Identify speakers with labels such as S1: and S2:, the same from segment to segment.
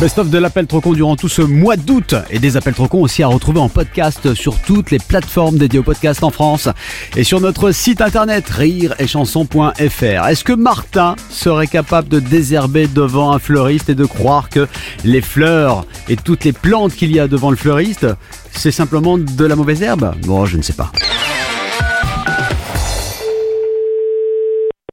S1: Best-of de l'appel trop con durant tout ce mois d'août et des appels trop cons aussi à retrouver en podcast sur toutes les plateformes dédiées au podcast en France et sur notre site internet rire et chanson.fr. Est-ce que Martin serait capable de désherber devant un fleuriste et de croire que les fleurs et toutes les plantes qu'il y a devant le fleuriste, c'est simplement de la mauvaise herbe Bon, je ne sais pas.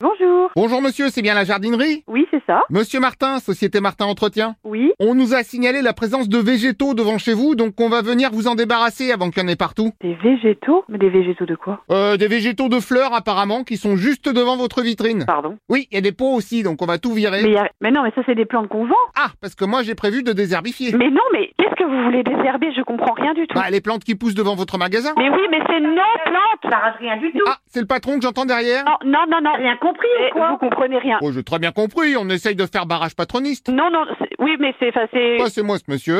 S2: Bonjour.
S3: Bonjour monsieur, c'est bien la jardinerie
S2: Oui, c'est ça.
S3: Monsieur Martin, Société Martin Entretien.
S2: Oui.
S3: On nous a signalé la présence de végétaux devant chez vous, donc on va venir vous en débarrasser avant qu'il y en ait partout.
S2: Des végétaux Mais des végétaux de quoi
S3: Euh, des végétaux de fleurs apparemment qui sont juste devant votre vitrine.
S2: Pardon.
S3: Oui, il y a des pots aussi, donc on va tout virer.
S2: Ah. Mais, y a- mais non, mais ça, c'est des plantes qu'on vend.
S3: Ah, parce que moi j'ai prévu de désherbifier.
S2: Mais non, mais qu'est-ce que vous voulez désherber Je comprends rien du tout.
S3: Bah, les plantes qui poussent devant votre magasin.
S2: Mais oui, mais c'est nos plantes.
S4: Ça rase rien du tout.
S3: Ah, c'est le patron que j'entends derrière
S2: Non, non, non, non.
S4: T'as rien compris
S2: Eh,
S4: ou quoi
S2: vous comprenez rien.
S3: Oh, j'ai très bien compris, on essaye de faire barrage patroniste.
S2: Non, non, c'est- oui, mais c'est... enfin, c'est...
S3: Passez-moi ce monsieur.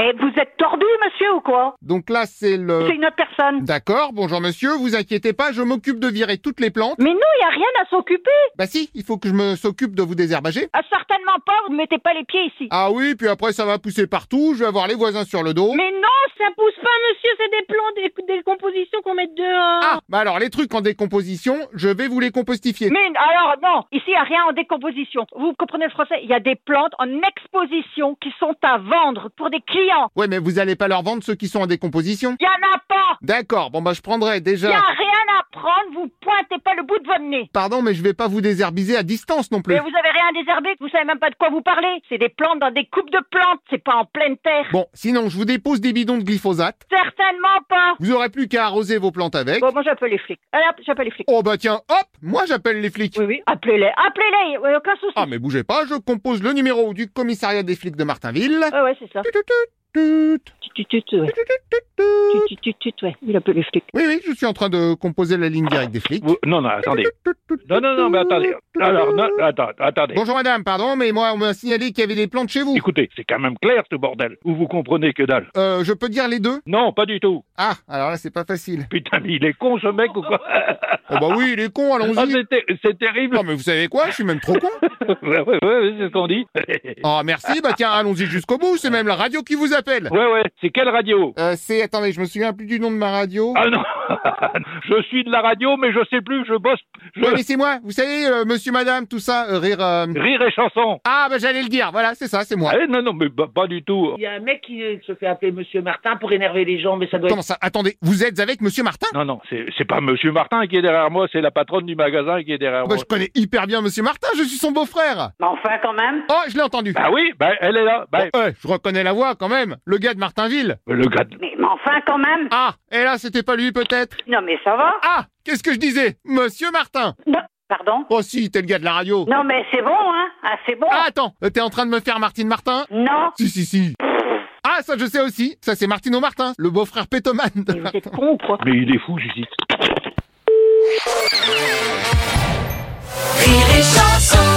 S4: Eh, vous êtes tordu, monsieur, ou quoi
S3: Donc là, c'est le...
S4: C'est une autre personne.
S3: D'accord, bonjour monsieur, vous inquiétez pas, je m'occupe de virer toutes les plantes.
S4: Mais non, il a rien à s'occuper.
S3: Bah si, il faut que je me s'occupe de vous désherbager.
S4: Ah, certainement pas, vous ne mettez pas les pieds ici.
S3: Ah oui, puis après ça va pousser partout, je vais avoir les voisins sur le dos.
S4: Mais non, ça pousse pas, monsieur, c'est des plans, des, des compositions qu'on met dehors.
S3: Ah, bah alors les trucs en décomposition, je vais vous les compostifier.
S4: Mais alors, non, ici, il n'y a rien en décomposition. Vous comprenez le français Il y a des plantes en exposition qui sont à vendre pour des clients.
S3: Ouais, mais vous allez pas leur vendre ceux qui sont en décomposition
S4: Il n'y en a pas.
S3: D'accord, bon bah je prendrai
S4: Il n'y
S3: déjà.
S4: a rien à prendre, vous pointez pas le bout de votre nez.
S3: Pardon, mais je vais pas vous désherbiser à distance non plus.
S4: Mais vous avez rien désherbé, vous savez même pas de quoi vous parlez. C'est des plantes dans des coupes de plantes, c'est pas en pleine terre.
S3: Bon, sinon je vous dépose des bidons de glyphosate.
S4: Certainement pas.
S3: Vous aurez plus qu'à arroser vos plantes avec.
S4: Bon, moi j'appelle les flics. Allez, hop, j'appelle les flics.
S3: Oh bah tiens, hop, moi j'appelle les flics.
S4: Oui, oui, appelez-les. Appelez-les, ouais, aucun souci.
S3: Ah mais bougez pas, je compose le numéro du commissariat des flics de Martinville.
S4: Ouais, ouais, c'est ça.
S3: Tut, tut, tut, tut,
S4: Tut, tut, tut, ouais.
S3: tut, tut, tut.
S4: Tut, tut, tut, tut, ouais. Il appelle les flics.
S3: Oui, oui, je suis en train de composer la ligne directe des flics.
S5: Vous- Non, non, attendez. Non, non, non, mais attendez. Alors, non, attends, attendez.
S3: Bonjour madame, pardon, mais moi on m'a signalé qu'il y avait des plantes chez vous.
S5: Écoutez, c'est quand même clair ce bordel. Ou vous comprenez que dalle.
S3: Euh, je peux dire les deux
S5: Non, pas du tout.
S3: Ah, alors là c'est pas facile.
S5: Putain, mais il est con ce mec ou quoi
S3: Oh bah oui, il est con,
S5: Ah,
S3: allons-y.
S5: c'est ter- c'est terrible.
S3: Non mais vous savez quoi, je suis même trop con.
S5: ouais, ouais, ouais, c'est ce qu'on dit. ouais,
S3: Ah merci, bah tiens, allons-y jusqu'au bout, c'est même la radio qui vous appelle.
S5: ouais, c'est quelle radio
S3: Euh, c'est, attendez, je me souviens plus du nom de ma radio.
S5: Ah non Je suis de la radio, mais je sais plus, je bosse. Je...
S3: Ouais, mais c'est moi, vous savez, euh, monsieur, madame, tout ça, euh, rire... euh,
S5: Rire et chanson.
S3: Ah bah j'allais le dire, voilà, c'est ça, c'est
S6: Ah,
S3: moi.
S5: Eh, non, non, mais bah, pas du tout.
S6: Il y a un mec qui se fait appeler Monsieur Martin pour énerver les gens, mais ça doit
S3: Comment ça Attendez, vous êtes avec monsieur Martin
S5: Non, non, c'est c'est pas Monsieur Martin qui est derrière moi, c'est la patronne du magasin qui est derrière
S3: bah,
S5: moi.
S3: je connais hyper bien Monsieur Martin, je suis son beau-frère.
S6: Ah, Mais enfin, quand même. Ah,
S3: Oh, je l'ai entendu.
S5: Bah oui, bah, elle est là. Bah,
S3: Bon, eh, je reconnais la voix quand même, le gars de Martinville.
S5: Le gars de-
S6: Mais, mais enfin, quand même.
S3: Ah, et là, c'était pas lui peut-être
S6: Non, mais ça va.
S3: Ah, qu'est-ce que je disais Monsieur Martin
S6: Non, Pardon.
S3: Oh si, t'es le gars de la radio.
S6: Non, mais c'est bon, hein. Ah, c'est bon.
S3: Ah, attends, euh, t'es en train de me faire Martine Martin
S6: Non.
S3: Si, si, si. Ah, ça je sais aussi, ça c'est Martino Martin, le beau-frère pétoman. de
S4: Mais vous
S3: Martin.
S4: êtes con ou quoi
S5: Mais il est fou, je dis.
S7: Rire et chanson.